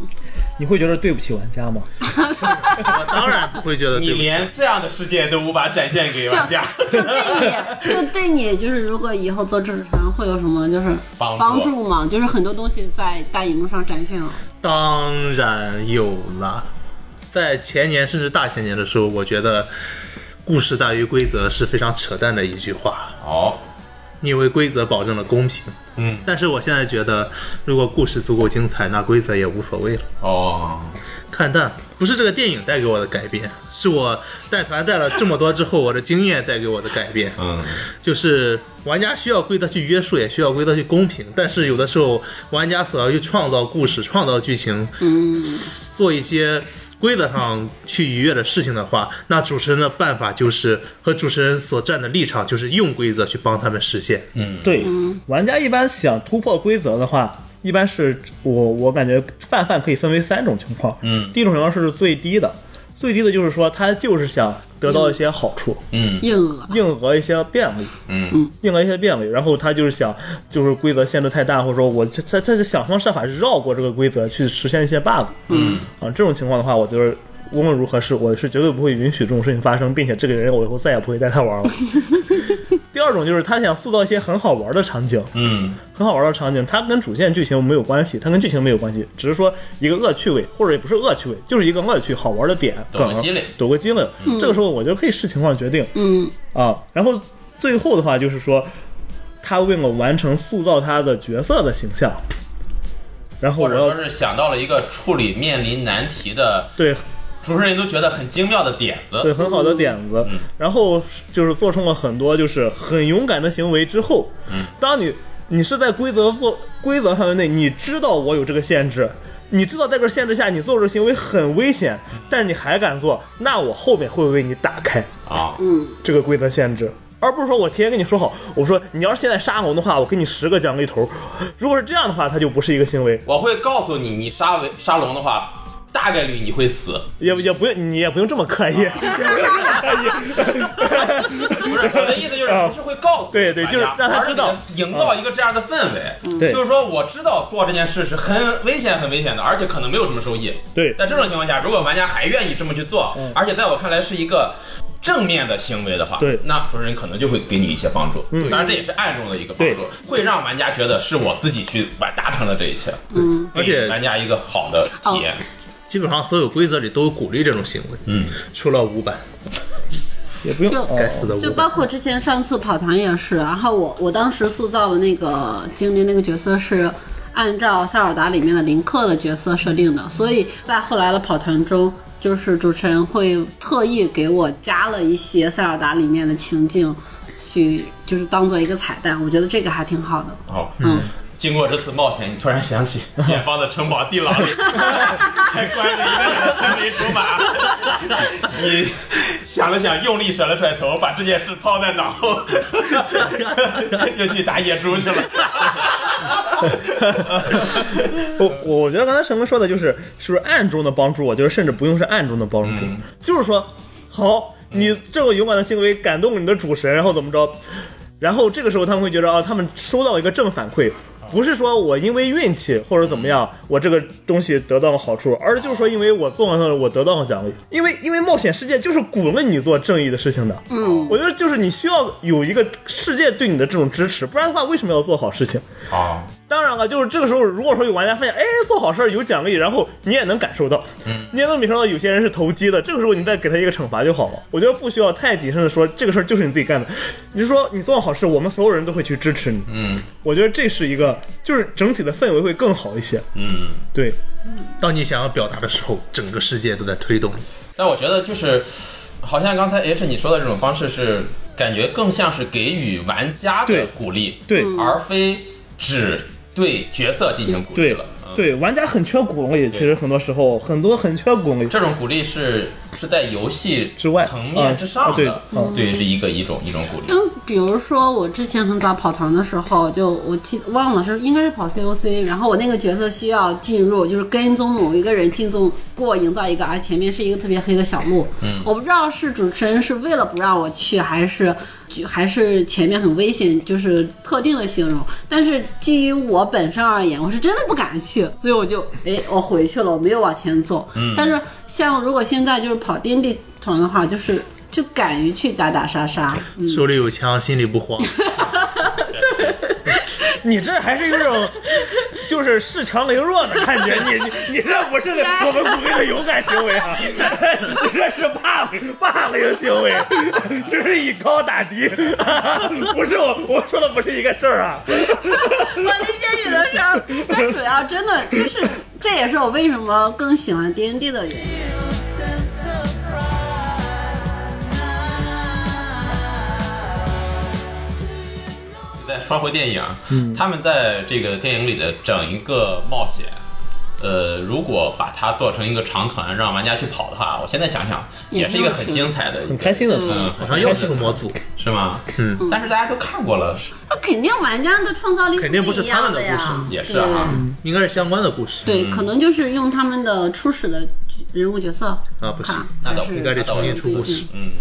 Speaker 4: 你会觉得对不起玩家吗？
Speaker 2: 我当然不会觉得对
Speaker 1: 你
Speaker 2: 不起
Speaker 1: 连这样的世界都无法展现给玩家，
Speaker 3: 就对你，就对你，就是如果以后做主持人会有什么就是
Speaker 1: 帮助
Speaker 3: 帮助吗？就是很多东西在大荧幕上展现了，
Speaker 2: 当然有了，在前年甚至大前年的时候，我觉得故事大于规则是非常扯淡的一句话，
Speaker 1: 好，
Speaker 2: 因为规则保证了公平。
Speaker 1: 嗯，
Speaker 2: 但是我现在觉得，如果故事足够精彩，那规则也无所谓了。
Speaker 1: 哦，
Speaker 2: 看淡，不是这个电影带给我的改变，是我带团带了这么多之后，我的经验带给我的改变。
Speaker 1: 嗯，
Speaker 2: 就是玩家需要规则去约束，也需要规则去公平，但是有的时候玩家所要去创造故事、创造剧情，
Speaker 3: 嗯，
Speaker 2: 做一些规则上去愉悦的事情的话，那主持人的办法就是和主持人所站的立场就是用规则去帮他们实现。
Speaker 1: 嗯
Speaker 4: 对，玩家一般想突破规则的话，一般是我我感觉泛泛可以分为三种情况。
Speaker 1: 嗯
Speaker 4: 第一种情况是最低的，最低的就是说他就是想得到一些好处，
Speaker 1: 嗯
Speaker 3: 硬了，
Speaker 4: 应和一些便利，
Speaker 1: 嗯
Speaker 4: 应和一些便利，然后他就是想就是规则限制太大，或者说我他他他想方设法绕过这个规则去实现一些 bug。
Speaker 1: 嗯
Speaker 4: 啊，这种情况的话，我就是。无论如何是，我是绝对不会允许这种事情发生，并且这个人我以后再也不会带他 玩了。第二种就是他想塑造一些很好玩的场景，
Speaker 1: 嗯
Speaker 4: 很好玩的场景，它跟主线剧情没有关系，它跟剧情没有关系，只是说一个恶趣味，或者也不是恶趣味，就是一个乐趣好玩的点，
Speaker 1: 抖个
Speaker 4: 梗
Speaker 1: 机灵嗯
Speaker 4: 抖个机灵。这个时候我觉得可以视情况决定
Speaker 3: 嗯
Speaker 4: 啊。然后最后的话就是说，他为了完成塑造他的角色的形象，然后
Speaker 1: 或
Speaker 4: 我
Speaker 1: 者说
Speaker 4: 要
Speaker 1: 是想到了一个处理面临难题的
Speaker 4: 对
Speaker 1: 主持人都觉得很精妙的点
Speaker 4: 对
Speaker 1: 子，
Speaker 4: 很好的点子，
Speaker 1: 嗯
Speaker 4: 然后就是做出了很多就是很勇敢的行为之后，
Speaker 1: 嗯
Speaker 4: 当你你是在规则做规则范围内，你知道我有这个限制，你知道在这个限制下你做出的行为很危险，但是你还敢做，那我后面会为你打开
Speaker 1: 啊，
Speaker 3: 嗯，
Speaker 4: 这个规则限制。而不是说我提前跟你说好，我说你要是现在杀我的话，我给你十个奖励头。如果是这样的话，它就不是一个行为，
Speaker 1: 我会告诉你，你杀为杀龙的话，大概率你会死，
Speaker 4: 也也不用你也不用这么刻意，也 不用这么刻意。
Speaker 1: 不是我的意思就是不是会告诉
Speaker 4: 啊对对
Speaker 1: 玩家
Speaker 4: 就是让他知道
Speaker 1: 而是给营造一个这样的氛围，
Speaker 4: 对
Speaker 1: 就是说我知道做这件事是很危险、很危险的，而且可能没有什么收益。
Speaker 4: 对嗯
Speaker 1: 在这种情况下，如果玩家还愿意这么去做，而且在我看来是一个。正面的行为的话，
Speaker 4: 对
Speaker 1: 那主持人可能就会给你一些帮助，
Speaker 4: 嗯
Speaker 1: 当然这也是暗中的一个帮助
Speaker 4: 对，
Speaker 1: 会让玩家觉得是我自己去完达成了这一切，嗯，
Speaker 2: 而且
Speaker 1: 玩家一个好的体验，
Speaker 2: 基本上所有规则里都鼓励这种行为，
Speaker 1: 嗯，
Speaker 2: 除了五版，
Speaker 4: 也不用
Speaker 3: 就
Speaker 4: 哦
Speaker 2: 该死的五
Speaker 3: 就
Speaker 2: 版
Speaker 3: 包。括之前上次跑团也是，然后我我当时塑造的那个精灵那个角色是按照塞尔达里面的林克的角色设定的，所以在后来的跑团中，就是主持人会特意给我加了一些塞尔达里面的情境，去就是当做一个彩蛋，我觉得这个还挺好的。
Speaker 1: 好，
Speaker 3: 嗯，
Speaker 1: 经过这次冒险，你突然想起远方的城堡地牢 里还关着一个人的青梅竹马。你想了想，用力甩了甩头，把这件事抛在脑后， 又去打野猪去了。
Speaker 4: 我我我觉得刚才陈哥说的就是，是不是暗中的帮助？我觉得甚至不用是暗中的帮助，
Speaker 1: 嗯
Speaker 4: 就是说，好，你这个勇敢的行为感动了你的主神，然后怎么着？然后这个时候他们会觉得啊，他们收到一个正反馈，不是说我因为运气或者怎么样，我这个东西得到了好处，而就是说因为我做了我得到了奖励，因为因为冒险世界就是鼓励你做正义的事情的，
Speaker 3: 嗯，
Speaker 4: 我觉得就是你需要有一个世界对你的这种支持，不然的话为什么要做 好事情？
Speaker 1: 啊，
Speaker 4: 当然了，就是这个时候，如果说有玩家发现，哎，做好事儿有奖励，然后你也能感受到，
Speaker 1: 嗯
Speaker 4: 你也能感受到有些人是投机的，这个时候你再给他一个惩罚就好了。我觉得不需要太谨慎的说这个事儿就是你自己干的，你就说你做好事，我们所有人都会去支持你。
Speaker 1: 嗯
Speaker 4: 我觉得这是一个，就是整体的氛围会更好一些。
Speaker 1: 嗯。
Speaker 4: 对，
Speaker 2: 当你想要表达的时候，整个世界都在推动你。
Speaker 1: 但我觉得就是，好像刚才 H 你说的这种方式是，感觉更像是给予玩家的
Speaker 4: 对
Speaker 1: 鼓励，
Speaker 4: 对
Speaker 1: 而非只对角色进行鼓励了。嗯
Speaker 4: 对，玩家很缺鼓励，其实很多时候很多很缺鼓励。
Speaker 1: 这种鼓励是是在游戏
Speaker 4: 之外
Speaker 1: 层面之上的，
Speaker 4: 啊啊对嗯
Speaker 1: 对，是一个一种一种鼓励
Speaker 3: 因。为 比如说我之前很早跑团的时候，就我记忘了是应该是跑 COC，然后我那个角色需要进入，就是跟踪某一个人进入过，营造一个啊前面是一个特别黑的小路。嗯，我不知道是主持人是为了不让我去，还是就还是前面很危险，就是特定的形容。但是基于我本身而言，我是真的不敢去，所以我就哎我回去了，我没有往前走。嗯，但是像如果现在就是跑颠地团的话，就是。就敢于去打打杀杀，嗯
Speaker 2: 手里有枪，心里不慌。
Speaker 4: 你这还是有种就是恃强凌弱的感觉。你你你这不是我们骨灰的勇敢行为啊，你这是霸凌霸凌行为，这是以高打低，不是我我说的不是一个事儿啊。
Speaker 3: 我理解你的事儿，但主要真的就是，这也是我为什么更喜欢 D N D 的原因。
Speaker 5: sense of pride.
Speaker 1: 再刷回电影，啊
Speaker 4: 嗯
Speaker 1: 他们在这个电影里的整一个冒险，呃，如果把它做成一个长团，让玩家去跑的话，我现在想想也是一个很精彩的，
Speaker 4: 很开心的，
Speaker 1: 嗯，
Speaker 2: 好像又是个 模组，
Speaker 1: 是吗？嗯，但是大家都看过了，
Speaker 3: 那肯定玩家的创造力
Speaker 2: 肯定不
Speaker 3: 不
Speaker 2: 是
Speaker 3: 一
Speaker 2: 他
Speaker 3: 样
Speaker 2: 们的
Speaker 3: 呀
Speaker 2: 故，
Speaker 1: 也是啊，
Speaker 2: 应该是相关的故事。
Speaker 3: 对，对，可能就是用他们的初始的人物角色
Speaker 2: 啊不是
Speaker 3: 看
Speaker 1: 那
Speaker 3: 还
Speaker 1: 倒
Speaker 3: 是
Speaker 1: 不
Speaker 2: 应该得重新出故事。
Speaker 1: 嗯，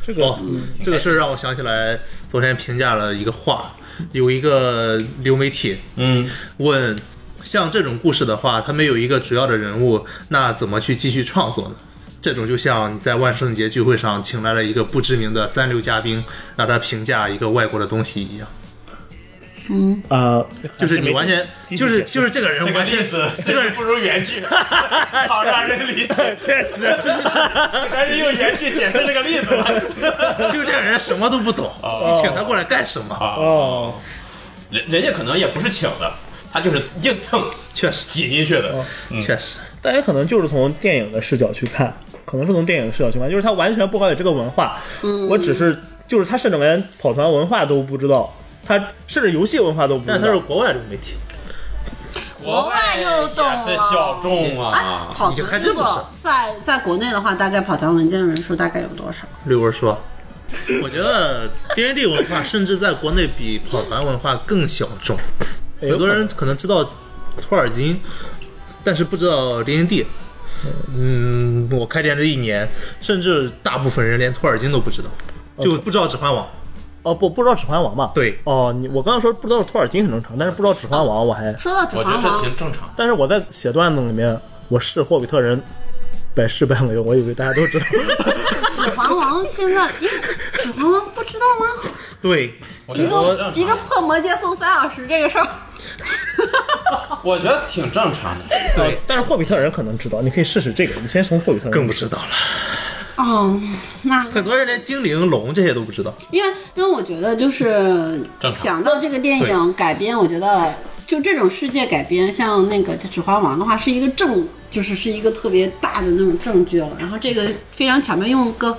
Speaker 4: 这个
Speaker 2: 哦，这个事儿让我想起来，昨天评价了一个话，有一个流媒体
Speaker 1: 嗯，
Speaker 2: 问，像这种故事的话，它没有一个主要的人物，那怎么去继续创作呢？这种就像你在万圣节聚会上请来了一个不知名的三流嘉宾，让他评价一个外国的东西一样，
Speaker 4: 啊，
Speaker 2: 就是你完全就是就是这个人
Speaker 1: 这个
Speaker 2: 完全
Speaker 1: 历史
Speaker 2: 这个人
Speaker 1: 不如原剧， 好让人理解，
Speaker 4: 确实，
Speaker 1: 但是用原剧解释这个例子了。
Speaker 2: 就是这个人什么都不懂，你请他过来干什么？
Speaker 1: 啊，
Speaker 4: 哦，
Speaker 1: 人人家可能也不是请的，他就是硬蹭
Speaker 2: 确实，
Speaker 1: 挤进去的，嗯
Speaker 2: 哦确实，
Speaker 4: 大家可能就是从电影的视角去看，可能是从电影的视角去看，就是他完全不了解这个文化。嗯，我只是就是他甚至连跑团文化都不知道，他甚至游戏文化都不知道。
Speaker 2: 但他是国外流媒体，
Speaker 1: 国
Speaker 3: 国外又懂啊
Speaker 1: 也是小众
Speaker 3: 哎
Speaker 1: 啊，
Speaker 3: 跑
Speaker 2: 你
Speaker 3: 团
Speaker 2: 还
Speaker 3: 如
Speaker 2: 真不
Speaker 3: 果在在国内的话，大概跑团文件人数大概有多少？
Speaker 2: 刘文说。我觉得 D N D 文化甚至在国内比跑团文化更小众，
Speaker 4: 有
Speaker 2: 很多人哎可能知道托尔金，但是不知道 D N D。嗯，我开店这一年，甚至大部分人连托尔金都不知道，就不知道《指环王》。
Speaker 4: 哦不不知道《指环王》嘛？
Speaker 2: 对
Speaker 4: 哦，你我刚刚说不知道托尔金很正常，但是不知道《指环王》我还，
Speaker 3: 说到指
Speaker 1: 我觉得
Speaker 3: 环
Speaker 1: 这
Speaker 3: 王，
Speaker 1: 挺正常。
Speaker 4: 但是我在写段子里面我是霍比特人。百试半个用，我以为大家都知道。
Speaker 3: 指环王现在，因为指环王不知道吗？
Speaker 2: 对，
Speaker 1: 我觉
Speaker 3: 一
Speaker 1: 得挺
Speaker 3: 个
Speaker 1: 正
Speaker 3: 一
Speaker 1: 常
Speaker 3: 个破魔戒送三小时这 个事儿，
Speaker 1: 我觉得挺正常的。
Speaker 2: 哦
Speaker 4: 对， 但是霍比特人可能知道，你可以试试这个。你先从霍比特人
Speaker 2: 更不知道了。
Speaker 3: 哦，那
Speaker 2: 很多人连精灵、龙这些都不知道。
Speaker 3: 因为因为我觉得就是
Speaker 1: 正常
Speaker 3: 想到这个电影改编，我觉得就这种世界改编，像那个《指环王》的话，是一个正，就是是一个特别大的那种证据了。然后这个非常巧妙，用一个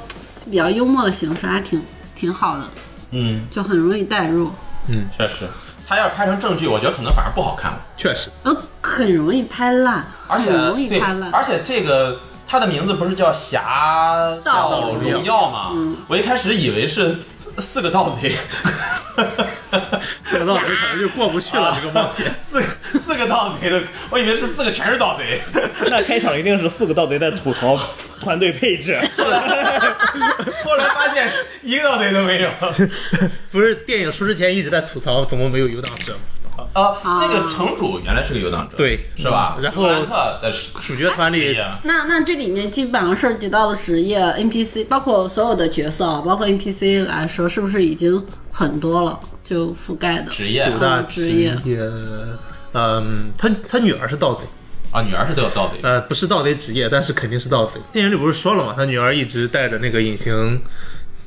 Speaker 3: 比较幽默的形式，还挺挺好的，
Speaker 1: 嗯，
Speaker 3: 就很容易代入，
Speaker 1: 确实，他要是拍成正剧，我觉得可能反而不好看了。
Speaker 2: 确实，
Speaker 3: 然后呃很容易拍烂，
Speaker 1: 而且
Speaker 3: 很容易
Speaker 1: 对
Speaker 3: 拍，烂。
Speaker 1: 而且这个它的名字不是叫《侠盗荣耀》吗？
Speaker 3: 嗯
Speaker 1: 我一开始以为是四个盗 贼，
Speaker 2: 这个道理可能就过不去了。这个冒险，
Speaker 1: 四个四个盗贼的，我以为是四个全是盗贼。
Speaker 4: 那开场一定是四个盗贼在吐槽团队配置。
Speaker 1: 后来发现一个盗贼都 没有。
Speaker 2: 不是电影出之前一直在吐槽怎么没有游荡者吗？
Speaker 1: 啊，那个城主原来是个游荡者，
Speaker 2: 对
Speaker 1: 是吧？
Speaker 2: 嗯然后
Speaker 1: 尤兰特的是
Speaker 2: 主角团里
Speaker 1: 啊是呀
Speaker 3: 那那这里面基本上涉及到的职业 NPC，包括所有的角色啊，包括 NPC 来说，是不是已经很多了？就覆盖的
Speaker 1: 职业啊
Speaker 2: 九大
Speaker 3: 职业
Speaker 2: 职业，嗯，他他女儿是盗贼，
Speaker 1: 啊，女儿是都有盗贼。
Speaker 2: 呃，不是盗贼职业，但是肯定是盗贼。电影里不是说了吗？他女儿一直带着那个隐形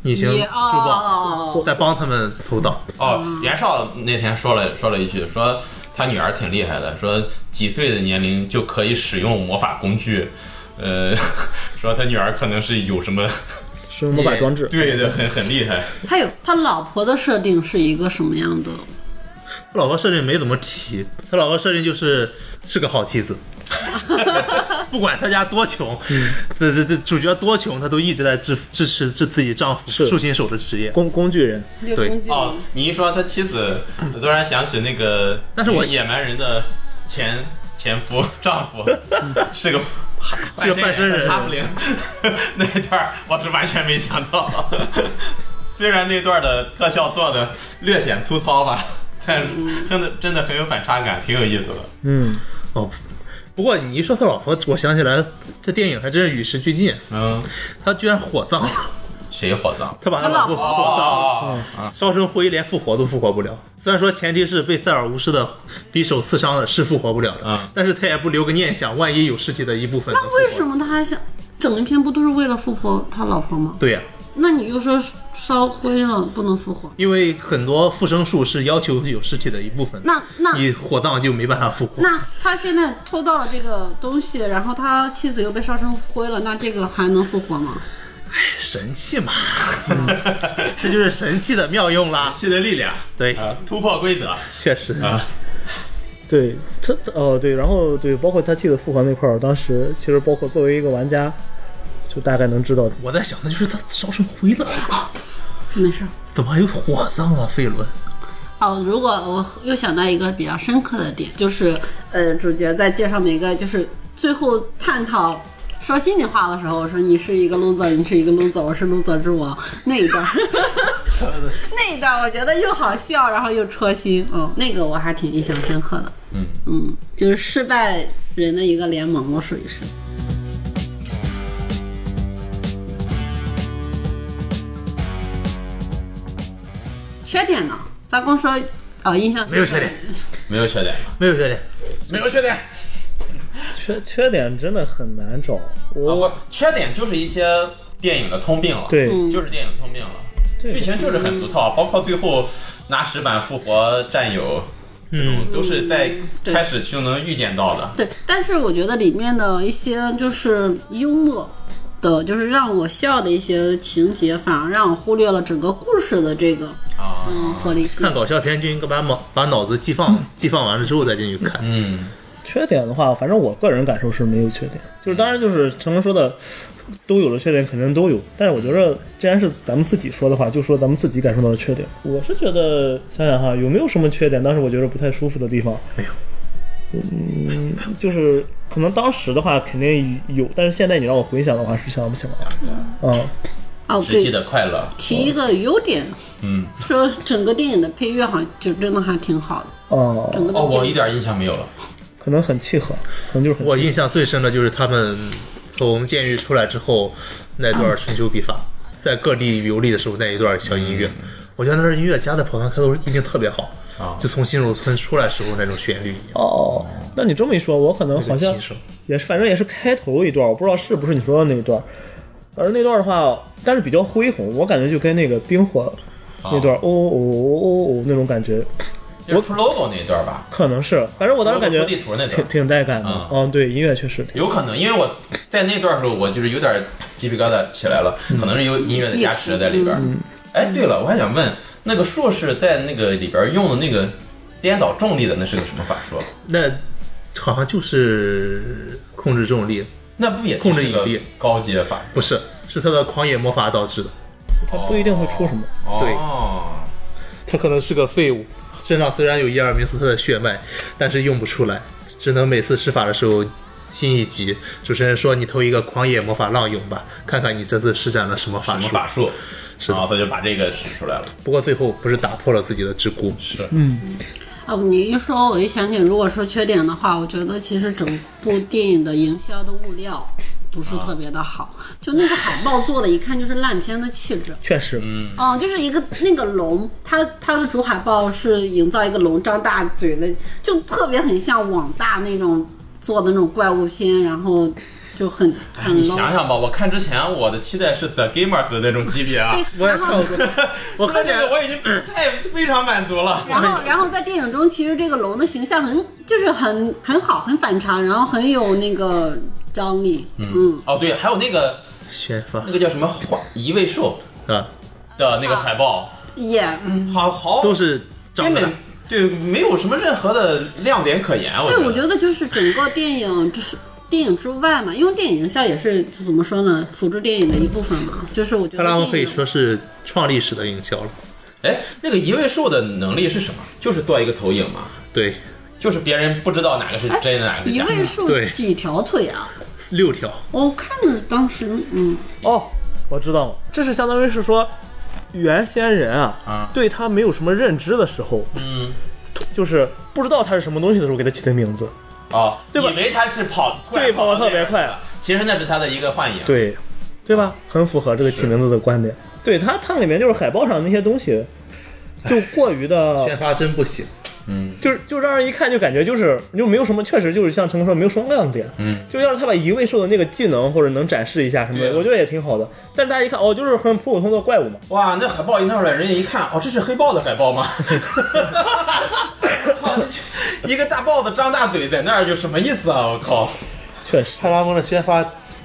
Speaker 2: 隐形珠
Speaker 3: 也
Speaker 2: 宝，
Speaker 3: 哦，
Speaker 2: 在帮他们偷盗。
Speaker 1: 哦，袁绍那天说了说了一句，说他女儿挺厉害的，说几岁的年龄就可以使用魔法工具，呃， 说他女儿可能是有什么，
Speaker 4: 使用魔法装置。
Speaker 1: 对对，很很厉害。
Speaker 3: 还有他老婆的设定是一个什么样的？
Speaker 2: 他老婆设定没怎么提，他老婆设定就是是个好 妻子，不管他家多穷，
Speaker 3: 嗯
Speaker 2: 这这这主角多穷，他都一直在支支持自自己丈夫
Speaker 4: 是
Speaker 2: 竖心手的职业。
Speaker 4: 工工具人，
Speaker 3: 六
Speaker 2: 对
Speaker 3: 工具
Speaker 1: 哦，你一说他妻子，我突然想起那个，
Speaker 2: 但是我
Speaker 1: 野蛮人的前前夫 丈夫是个。
Speaker 2: 嗯是个半身人
Speaker 1: 哈弗林 那段儿我是完全没想到， 虽然那段儿的特效做的略显粗糙吧， 但是真的真的很有反差感，挺有意思的。
Speaker 4: 嗯，
Speaker 2: 哦，不过你一说他老婆，我想起来这电影还真是与时俱进，
Speaker 1: 嗯，
Speaker 2: 他居然火葬了。
Speaker 1: 谁火葬？
Speaker 2: 他把
Speaker 3: 他
Speaker 2: 他
Speaker 3: 老
Speaker 2: 老婆
Speaker 3: 婆
Speaker 2: 火葬，嗯
Speaker 1: 哦，啊
Speaker 2: 烧成灰连复活都复活不了。虽然说前提是被塞尔巫师的匕首刺伤的是复活不了的，
Speaker 1: 嗯
Speaker 2: 但是他也不留个念想，万一有尸体的一部分能复活。
Speaker 3: 为什么他还想整一篇不都是为了复活他老婆吗？
Speaker 2: 对呀、
Speaker 3: 那你又说烧灰了不能复活，
Speaker 2: 因为很多复生术是要求有尸体的一部分的，
Speaker 3: 那那
Speaker 2: 你火葬就没办法复活。
Speaker 3: 那他现在偷到了这个东西，然后他妻子又被烧成灰了，那这个还能复活吗？
Speaker 2: 神器嘛， 这就是神器的妙用啦。
Speaker 1: 气的力量，
Speaker 2: 对，
Speaker 1: 啊，突破规则
Speaker 2: 确实，
Speaker 1: 啊，
Speaker 4: 对，他哦对，然后对，包括他妻子复活那块儿，当时其实包括作为一个玩家，就大概能知道，
Speaker 2: 我在想的就是他烧成灰了，
Speaker 3: 没事儿。
Speaker 2: 怎么还有火葬啊？费伦，
Speaker 3: 哦，如果我又想到一个比较深刻的点，就是呃，主角在介绍每个就是最后探讨说心里话的时候，我说你是一个 loser，你是一个 loser，我是 loser 之王那一段，那一段我觉得又好笑，然后又戳心，嗯，那个我还挺印象深刻的，
Speaker 1: 嗯
Speaker 3: 嗯，就是失败人的一个联盟，我属于是。缺点呢？咱光说哦，印象
Speaker 2: 没有缺点，
Speaker 1: 没有缺点，
Speaker 2: 没有缺点，
Speaker 1: 没有缺点。
Speaker 4: 缺缺点真的很难找。
Speaker 1: 啊，
Speaker 4: 我
Speaker 1: 不，缺点就是一些电影的通病了，，
Speaker 4: 对
Speaker 3: 嗯
Speaker 1: 就是电影通病了，
Speaker 4: 对
Speaker 1: 剧情就是很俗套，包括最后拿石板复活战友，
Speaker 2: 嗯，
Speaker 1: 都是在
Speaker 3: 对
Speaker 1: 开始就能预见到的。
Speaker 3: 对，但是我觉得里面的一些就是幽默的，就是让我笑的一些情节，反而让我忽略了整个故事的这个
Speaker 1: 啊，
Speaker 3: 嗯合理性
Speaker 2: 看。搞笑片就应该把脑把脑子寄放寄放完了之后再进去看。
Speaker 1: 嗯，
Speaker 4: 缺点的话，反正我个人感受是没有缺点，就是当然就是成龙说的，都有的缺点肯定都有，但是我觉得既然是咱们自己说的话，就说咱们自己感受到的缺点。我是觉得想想哈，有没有什么缺点？当时我觉得不太舒服的地方，嗯
Speaker 2: 没有，
Speaker 4: 就是可能当时的话肯定有，但是现在你让我回想的话是想不起来。嗯，
Speaker 3: 哦，
Speaker 1: 只记
Speaker 3: 对，
Speaker 1: 得快乐，
Speaker 3: 提一个优点，
Speaker 1: 嗯，
Speaker 3: 说整个电影的配乐好像就真的还挺好的，
Speaker 4: 哦、
Speaker 3: 整个
Speaker 1: 哦，
Speaker 3: 都
Speaker 1: 我一点印象没有了。
Speaker 4: 可能很契合，可能就是很
Speaker 2: 我
Speaker 4: 契
Speaker 2: 印象最深的就是他们从监狱出来之后那段春秋笔法，
Speaker 1: 嗯
Speaker 2: 在各地游历的时候那一段小音乐，我觉得那段音乐加在跑团开头一定特别好
Speaker 1: 啊，
Speaker 2: 就从新手村出来时候那种旋律一样，
Speaker 4: 合。哦，那你这么一说，我可能好
Speaker 2: 有
Speaker 4: 像
Speaker 2: 点棘手
Speaker 4: 也是，反正也是开头一段，我不知道是不是你说的那一段。而那段的话，但是比较恢宏，我感觉就跟那个冰火那
Speaker 1: 啊
Speaker 4: 段哦哦哦哦哦那种感觉，
Speaker 1: 我出 logo 那一段吧，
Speaker 4: 可能是。反正我当时感觉
Speaker 1: 出地图那
Speaker 4: 挺
Speaker 1: 段，
Speaker 4: 挺带感的。
Speaker 1: 啊
Speaker 4: 嗯，对，音乐确实挺。
Speaker 1: 有可能，因为我在那段时候，我就是有点鸡皮疙瘩起来了，可能是有音乐的加持在里边。哎，对了，我还想问，那个术士在那个里边用的那个颠倒重力的，那是个什么法术？
Speaker 2: 那好像就是控制重力，
Speaker 1: 那不也
Speaker 2: 控制
Speaker 1: 是一个
Speaker 2: 引力
Speaker 1: 高阶法？
Speaker 2: 不是，是他的狂野魔法导致的，
Speaker 4: 它不一定会出什么。
Speaker 2: 对
Speaker 1: 哦，
Speaker 2: 他 可能是个废物。身上虽然有伊尔明斯特的血脉，但是用不出来，只能每次施法的时候新一集。主持人说：“你投一个狂野魔法浪涌吧，看看你这次施展了什么法
Speaker 1: 什
Speaker 2: 术
Speaker 1: 么。法术？
Speaker 2: 是的
Speaker 1: 然后他就把这个使出来了。”
Speaker 2: 不过最后不是打破了自己的桎梏，
Speaker 1: 是，
Speaker 3: 哦，你一说，我一想起，如果说缺点的话，我觉得其实整部电影的营销的物料不是
Speaker 1: 啊
Speaker 3: 特别的好，就那个海报做的，一看就是烂片的气质。
Speaker 4: 确实，
Speaker 1: 嗯
Speaker 3: 哦，就是一个那个龙，它它的主海报是营造一个龙张大嘴的，就特别很像网大那种做的那种怪物片，然后就很
Speaker 1: 哎，
Speaker 3: 很
Speaker 1: 你
Speaker 3: low。
Speaker 1: 想想吧，我看之前我的期待是 The Gamers 的那种级别啊，
Speaker 3: 对，然后
Speaker 2: 我看见
Speaker 1: 这个 我已经太非常满足了。
Speaker 3: 然后，然后在电影中，其实这个龙的形象很，就是很很好，很反常，然后很有那个张力。嗯，
Speaker 1: 哦，对，还有那个
Speaker 2: 宣发
Speaker 1: 那个叫什么花一位兽
Speaker 2: 啊，
Speaker 1: 的那个海报，
Speaker 3: 也、
Speaker 1: 好好
Speaker 2: 都是长
Speaker 1: 根
Speaker 2: 得
Speaker 1: 本对没有什么任何的亮点可言。我
Speaker 3: 对，我觉
Speaker 1: 得
Speaker 3: 得就是整个电影就是。电影之外嘛，因为电影营销也是怎么说呢，辅助电影的一部分嘛。就是我觉得
Speaker 2: 克拉
Speaker 3: 电
Speaker 2: 文
Speaker 3: 影
Speaker 2: 可以说是创历史的营销了。
Speaker 1: 哎，那个一位兽的能力是什么？就是做一个投影嘛，
Speaker 2: 对，
Speaker 1: 就是别人不知道哪个是真的，哪个是
Speaker 3: 哎一
Speaker 1: 假的。
Speaker 3: 位数
Speaker 2: 对
Speaker 3: 几条腿啊？
Speaker 2: 六条，
Speaker 3: 我看着当时，嗯，
Speaker 4: 哦，我知道了，这是相当于是说，原先人啊，
Speaker 1: 啊
Speaker 4: 对他没有什么认知的时候，
Speaker 1: 嗯，
Speaker 4: 就是不知道它是什么东西的时候，给它起的名字。
Speaker 1: 哦，
Speaker 4: 对吧
Speaker 1: 以为他是跑，突然
Speaker 4: 对跑得
Speaker 1: 到那
Speaker 4: 特别
Speaker 1: 边
Speaker 4: 快
Speaker 1: 去了，其实那是他的一个幻影。，
Speaker 4: 对，对吧？很符合这个起名字的观点。对它，它里面就是海报上那些东西，就过于的
Speaker 2: 宣发真不行。
Speaker 4: 就是就让人一看就感觉就是就没有什么，确实就是像陈哥说没有什么亮点。
Speaker 1: 嗯，
Speaker 4: 就要是他把一位兽的那个技能或者能展示一下什么
Speaker 1: 对
Speaker 4: 的，
Speaker 1: 啊
Speaker 4: 我觉得也挺好的。但是大家一看哦，就是很普普通的怪物嘛。
Speaker 1: 哇，那海报一拿出来，人家一看，哦，这是黑豹的海报 吗？哇这一个大豹子张大嘴在那儿，就什么意思啊？我靠！
Speaker 4: 确实，
Speaker 2: 派拉蒙的宣发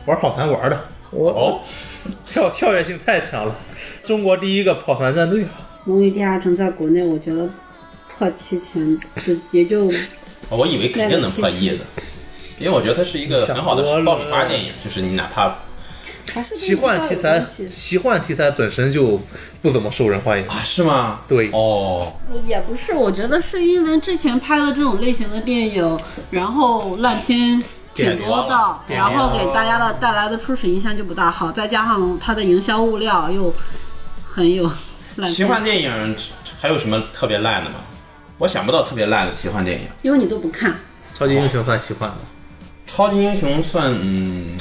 Speaker 2: 玩跑团玩的，
Speaker 4: 我、
Speaker 1: 哦，
Speaker 2: 跳跳跃性太强了。中国第一个跑团战队，啊
Speaker 3: 《龙与地下城》在国内我觉得破七千就也就
Speaker 1: 我以为肯定能破亿的，因为我觉得它是一个很好的
Speaker 2: 想多了
Speaker 1: 爆米花电影，就是你哪怕
Speaker 3: 还是
Speaker 2: 奇幻题材，奇幻题材本身就不怎么受人欢迎。
Speaker 1: 啊，是吗？
Speaker 2: 对
Speaker 1: 哦，
Speaker 3: 也不是，我觉得是因为之前拍的这种类型的电影，然后烂片挺多的，
Speaker 2: 点
Speaker 3: 然
Speaker 2: 亮
Speaker 3: 后给大家的带来的初始印象就不大好，再加上它的营销物料又很有烂
Speaker 1: 奇幻
Speaker 3: 片，
Speaker 1: 电影还有什么特别烂的吗？我想不到特别烂的奇幻电影。
Speaker 3: 因为你都不看，
Speaker 2: 超级英雄算奇幻吗？
Speaker 1: 超级英雄算嗯，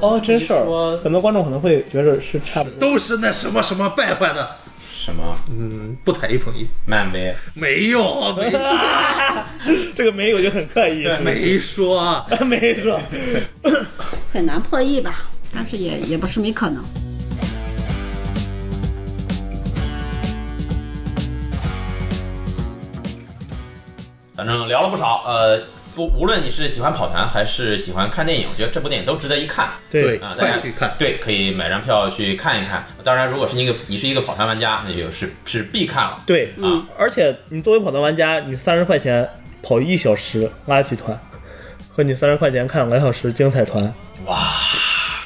Speaker 4: 哦，真事儿，很多观众可能会觉得是差不多。
Speaker 2: 都是那什么什么败坏的，
Speaker 1: 什么？
Speaker 2: 嗯，不踩一捧一，
Speaker 1: 漫威
Speaker 2: 没有，没
Speaker 4: 这个没有就很刻意，是吧
Speaker 2: 没说，啊
Speaker 4: 没说。
Speaker 3: 很难破译吧，但是也也不是没可能。
Speaker 1: 反正聊了不少。呃，不，无论你是喜欢跑团还是喜欢看电影，我觉得这部电影都值得一看。
Speaker 2: 对，
Speaker 1: 啊，大家
Speaker 2: 快去看。
Speaker 1: 对，可以买张票去看一看。当然，如果是一个你是一个跑团玩家，那就是是必看了。
Speaker 4: 对，
Speaker 1: 嗯
Speaker 4: 而且你作为跑团玩家，你三十块钱跑一小时垃圾团，和你三十块钱看两个小时精彩团，
Speaker 1: 哇，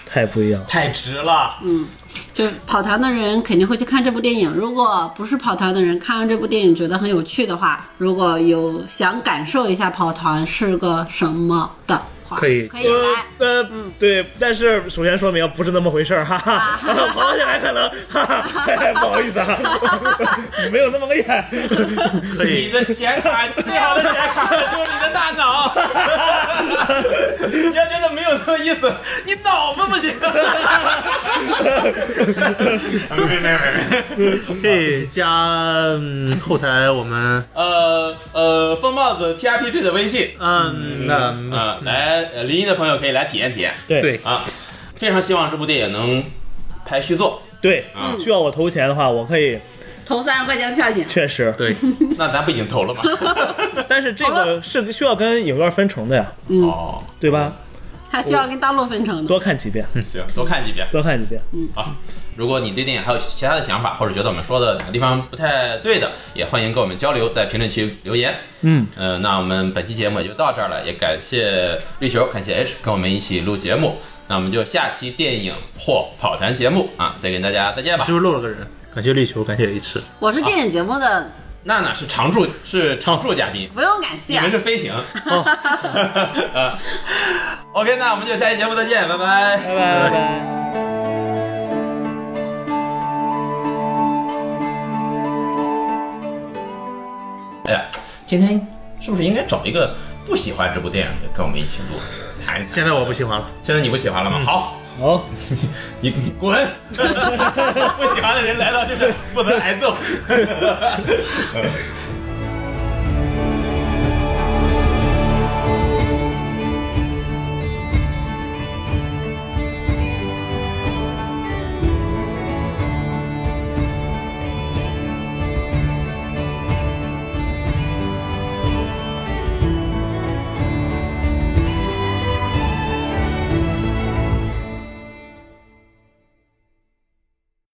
Speaker 4: 太不一样了。
Speaker 1: 太值了！
Speaker 3: 嗯，就是跑团的人肯定会去看这部电影。如果不是跑团的人，看完这部电影觉得很有趣的话，如果有想感受一下跑团是个什么的话，
Speaker 2: 可以
Speaker 3: 可以来。
Speaker 4: 呃，对，但是首先说明不是那么回事儿，哈啊哈，跑起来可能，哈哈，不好意思 啊，没有那么个远，
Speaker 1: 可以，你的显 卡最好的显卡就是你的大脑。 你要觉得没有那么意思，你脑子不行。 没没没没。
Speaker 2: 可
Speaker 4: 啊
Speaker 2: 以加、嗯、后台我们，
Speaker 1: 呃呃，风帽子 T R P G 的微信，
Speaker 2: 嗯，那、
Speaker 1: 啊、来呃临沂的朋友可以来体验体验
Speaker 4: 对
Speaker 2: 对
Speaker 1: 啊！非常希望这部电影能拍续作。
Speaker 4: 对
Speaker 1: 嗯，
Speaker 4: 需要我投钱的话，我可以，
Speaker 3: 投三十块钱票钱，
Speaker 4: 确实，
Speaker 2: 对，
Speaker 1: 那咱不已经投了吗？
Speaker 4: 但是这个是需要跟影院分成的呀，
Speaker 1: 哦，
Speaker 4: 对吧？
Speaker 3: 还需要跟大陆分成的。
Speaker 4: 多看几遍，
Speaker 1: 行，多看几遍
Speaker 4: 多看几遍，
Speaker 1: 啊！如果你对电影还有其他的想法，或者觉得我们说的哪个地方不太对的，也欢迎跟我们交流，在评论区留言。
Speaker 4: 嗯，
Speaker 1: 呃，那我们本期节目也就到这儿了，也感谢绿球，感谢 H 跟我们一起录节目。那我们就下期电影或跑团节目啊，再跟大家再见吧
Speaker 2: 是。不是漏了个人？感谢绿球，感谢 H，
Speaker 3: 我是电影节目的，
Speaker 1: 娜娜是常驻，是常驻嘉宾。
Speaker 3: 不用感谢啊
Speaker 1: 你们。是飞 行。哦、OK，那我们就下期节目再见，拜拜。
Speaker 4: 拜拜拜拜。
Speaker 1: 哎呀，今天是不是应该找一个不喜欢这部电影的跟我们一起录？谈一谈
Speaker 2: 现在我不喜欢了。
Speaker 1: 现在你不喜欢了吗？
Speaker 4: 嗯
Speaker 1: 好，
Speaker 4: 好，
Speaker 1: 你你滚！ 不喜欢的人来到就是不能挨揍。